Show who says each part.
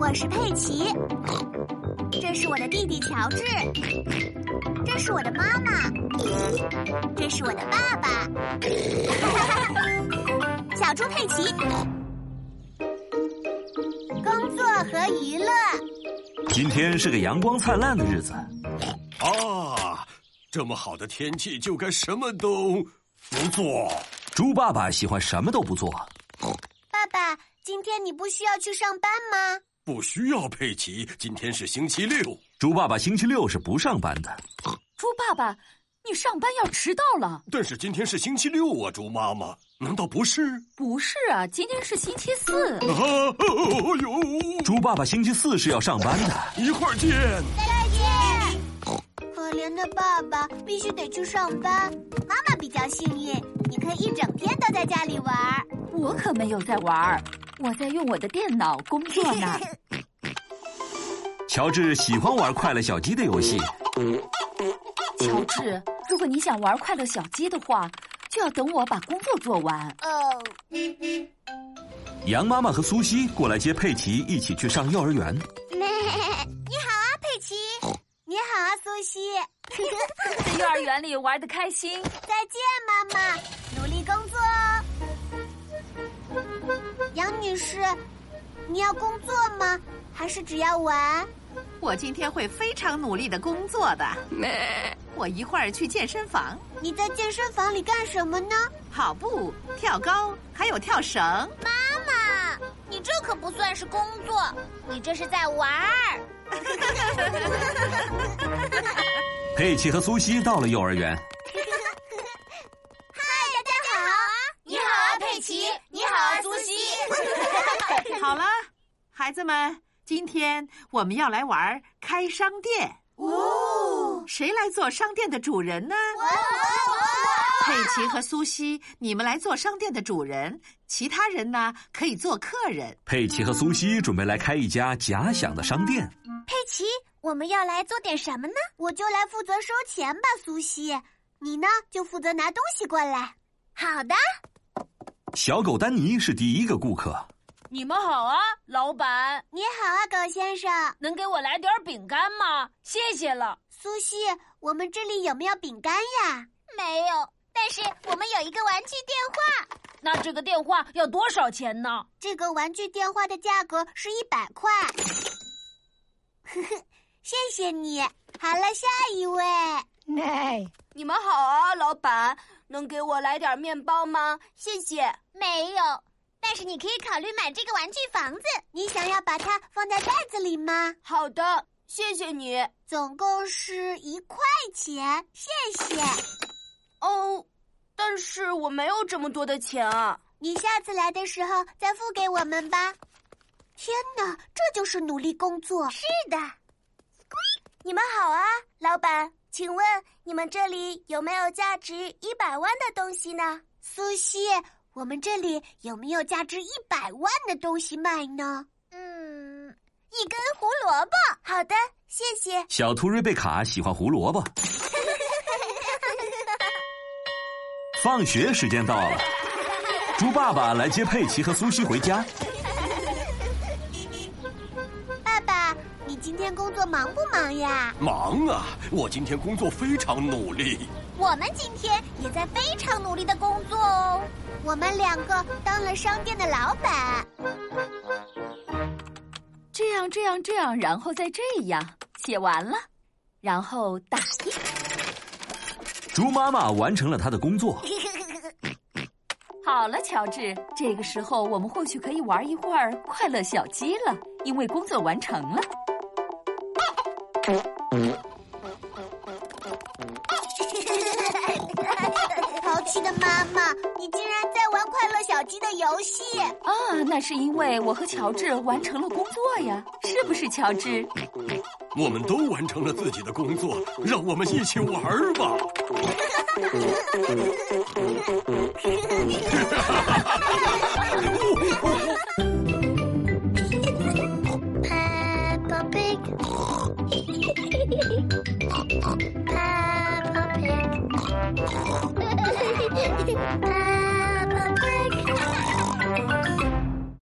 Speaker 1: 我是佩奇，这是我的弟弟乔治，这是我的妈妈，这是我的爸 爸，小猪佩奇。工作和娱乐，
Speaker 2: 今天是个阳光灿烂的日子，
Speaker 3: 啊，这么好的天气就该什么都不做。
Speaker 2: 猪爸爸喜欢什么都不做。
Speaker 1: 爸爸，今天你不需要去上班吗？
Speaker 3: 不需要佩奇，今天是星期六。
Speaker 2: 猪爸爸星期六是不上班的。
Speaker 4: 猪爸爸，你上班要迟到了。
Speaker 3: 但是今天是星期六啊，猪妈妈，难道不是？
Speaker 4: 不是啊，今天是星期四。
Speaker 3: 啊，哦呦！
Speaker 2: 猪爸爸星期四是要上班的。
Speaker 3: 一会儿见。
Speaker 1: 再见。可怜的爸爸必须得去上班，妈妈比较幸运，你可以一整天都在家里玩儿。
Speaker 4: 我可没有在玩儿，我在用我的电脑工作 呢。
Speaker 2: 乔治喜欢玩快乐小鸡的游戏，
Speaker 4: 乔治，如果你想玩快乐小鸡的话，就要等我把工作做完。
Speaker 1: 哦，
Speaker 2: 羊妈妈和苏西过来接佩奇一起去上幼儿园。
Speaker 1: 你好啊，佩奇。你好啊，苏西。
Speaker 4: 在幼儿园里玩的开心。
Speaker 1: 再见，妈妈，努力工作哦。杨女士，你要工作吗？还是只要玩？
Speaker 5: 我今天会非常努力的工作的。我一会儿去健身房
Speaker 1: 你在健身房里干什么呢？
Speaker 5: 跑步、跳高，还有跳绳。
Speaker 1: 妈妈，啊你这可不算是工作，你这是在玩儿。
Speaker 2: 佩奇和苏西到了幼儿园，
Speaker 1: 大家好啊！你好啊，佩奇！你好啊，苏西！
Speaker 5: 好了，孩子们，今天我们要来玩开商店。
Speaker 1: 哦，
Speaker 5: 谁来做商店的主人呢？佩奇和苏西，你们来做商店的主人，其他人呢可以做客人。
Speaker 2: 佩奇和苏西准备来开一家假想的商店。
Speaker 1: 佩奇，我们要来做点什么呢？我就来负责收钱吧，苏西。你呢，就负责拿东西过来。好的，
Speaker 2: 小狗丹尼是第一个顾客，
Speaker 6: 你们好啊，老板，
Speaker 1: 你好啊，狗先生。
Speaker 6: 能给我来点饼干吗？谢谢了。
Speaker 1: 苏西，我们这里有没有饼干呀？没有，但是我们有一个玩具电话。
Speaker 6: 那这个电话要多少钱呢？
Speaker 1: 这个玩具电话的价格是一百块。呵呵，谢谢你。好了，下一位。
Speaker 6: 你们好啊，老板，能给我来点面包吗？谢谢。
Speaker 1: 没有，但是你可以考虑买这个玩具房子。你想要把它放在袋子里吗？
Speaker 6: 好的，谢谢你。
Speaker 1: 总共是一块钱，谢谢。
Speaker 6: 哦，但是我没有这么多的钱啊。
Speaker 1: 你下次来的时候再付给我们吧。天哪，这就是努力工作。是的。你们好啊，老板，请问你们这里有没有价值一百万的东西呢？苏西，我们这里有没有价值一百万的东西卖呢？嗯，一根胡萝卜。好的，谢谢。
Speaker 2: 小兔瑞贝卡喜欢胡萝卜。放学时间到了，猪爸爸来接佩奇和苏西回家。
Speaker 1: 爸爸，你今天工作忙不忙呀？
Speaker 3: 忙啊！我今天工作非常努力。
Speaker 1: 我们今天也在非常努力的工作哦。我们两个当了商店的老板。
Speaker 4: 这样，这样，这样，然后再这样，写完了，然后打印。
Speaker 2: 猪妈妈完成了她的工作，
Speaker 4: 好了，乔治，这个时候我们或许可以玩一会儿快乐小鸡了，因为工作完成了。
Speaker 1: 淘气的妈妈，你竟然在玩快乐小鸡的游戏！
Speaker 4: 啊，那是因为我和乔治完成了工作呀，是不是，乔治？
Speaker 3: 我们都完成了自己的工作，让我们一起玩儿吧。